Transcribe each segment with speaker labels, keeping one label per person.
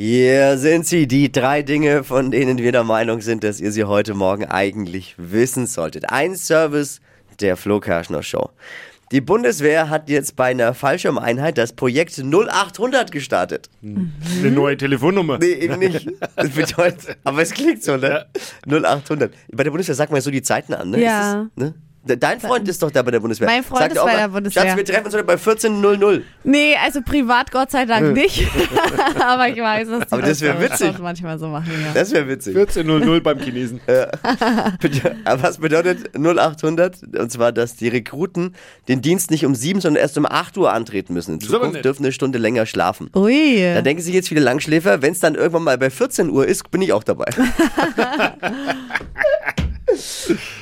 Speaker 1: Hier sind sie, die drei Dinge, von denen wir der Meinung sind, dass ihr sie heute Morgen eigentlich wissen solltet. Ein Service der Flo Kerschner Show. Die Bundeswehr hat jetzt bei einer Fallschirmeinheit das Projekt 0800 gestartet.
Speaker 2: Eine neue Telefonnummer.
Speaker 1: Nee, eben nicht. Das bedeutet, aber es klingt so, ne? 0800. Bei der Bundeswehr sagt man so die Zeiten an, ne?
Speaker 3: Ja.
Speaker 1: Ist das, ne? De- Dein Freund ist doch da bei der Bundeswehr.
Speaker 3: Mein Freund
Speaker 1: Sagt
Speaker 3: ist
Speaker 1: auch
Speaker 3: bei
Speaker 1: mal,
Speaker 3: der Bundeswehr.
Speaker 1: Schatz, wir treffen uns heute bei 14.00.
Speaker 3: Nee, also privat Gott sei Dank nicht. Aber ich weiß, dass die
Speaker 1: Aber das wär
Speaker 3: Leute
Speaker 1: witzig.
Speaker 3: schon manchmal so machen. Ja.
Speaker 1: Das wäre witzig.
Speaker 2: 14.00 beim Chinesen.
Speaker 1: Bede- Aber Was bedeutet 0800? Und zwar, dass die Rekruten den Dienst nicht um 7, sondern erst um 8 Uhr antreten müssen. In
Speaker 2: ist aber
Speaker 1: Zukunft
Speaker 2: nett.
Speaker 1: dürfen eine Stunde länger schlafen. Da
Speaker 3: Ui.
Speaker 1: denken sich jetzt viele Langschläfer, wenn es dann irgendwann mal bei 14 Uhr ist, bin ich auch dabei.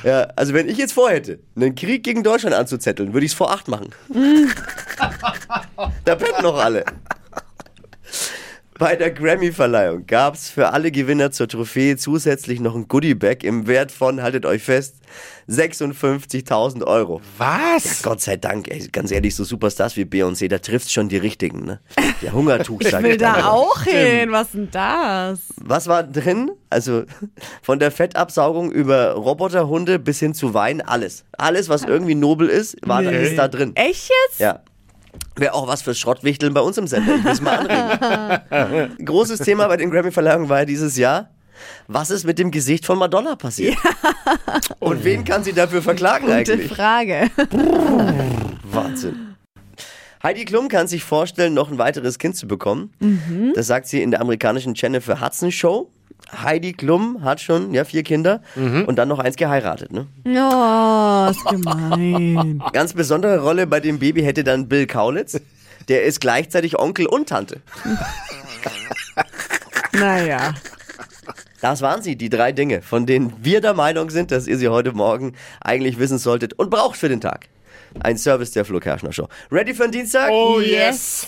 Speaker 1: ja, also wenn ich jetzt vorhätte, einen Krieg gegen Deutschland anzuzetteln, würde ich es vor 8 machen. da pennen noch alle. Bei der Grammy-Verleihung gab es für alle Gewinner zur Trophäe zusätzlich noch ein Goodie-Bag im Wert von, haltet euch fest, 56.000 Euro.
Speaker 2: Was?
Speaker 1: Gott sei Dank, ey, ganz ehrlich, so Superstars wie Beyoncé, da trifft schon die Richtigen, ne? Der Hungertuch, sag
Speaker 3: Will
Speaker 1: ich dann
Speaker 3: da
Speaker 1: immer.
Speaker 3: auch hin. Was denn das?
Speaker 1: Was war drin? Also von der Fettabsaugung über Roboterhunde bis hin zu Wein, alles. Alles, was irgendwie nobel ist, war
Speaker 3: Nee.
Speaker 1: ist da drin.
Speaker 3: Echt jetzt?
Speaker 1: Ja. Wäre auch was fürs Schrottwichteln bei uns im Sender. Ich will's mal anregen. Großes Thema bei den Grammy-Verleihungen war ja dieses Jahr, was ist mit dem Gesicht von Madonna passiert? Und wen kann sie dafür verklagen
Speaker 3: Gute
Speaker 1: eigentlich?
Speaker 3: Frage.
Speaker 1: Wahnsinn. Heidi Klum kann sich vorstellen, noch ein weiteres Kind zu bekommen. Das sagt sie in der amerikanischen Jennifer Hudson Show. Heidi Klum hat schon ja, vier Kinder
Speaker 2: Mhm.
Speaker 1: und dann noch eins geheiratet. Ne?
Speaker 3: Oh, ist gemein.
Speaker 1: Ganz besondere Rolle bei dem Baby hätte dann Bill Kaulitz. Der ist gleichzeitig Onkel und Tante.
Speaker 3: Naja.
Speaker 1: Das waren sie, die drei Dinge, von denen wir der Meinung sind, dass ihr sie heute Morgen eigentlich wissen solltet und braucht für den Tag. Ein Service der Flo Kerschner Show. Ready für den Dienstag?
Speaker 2: Oh yes.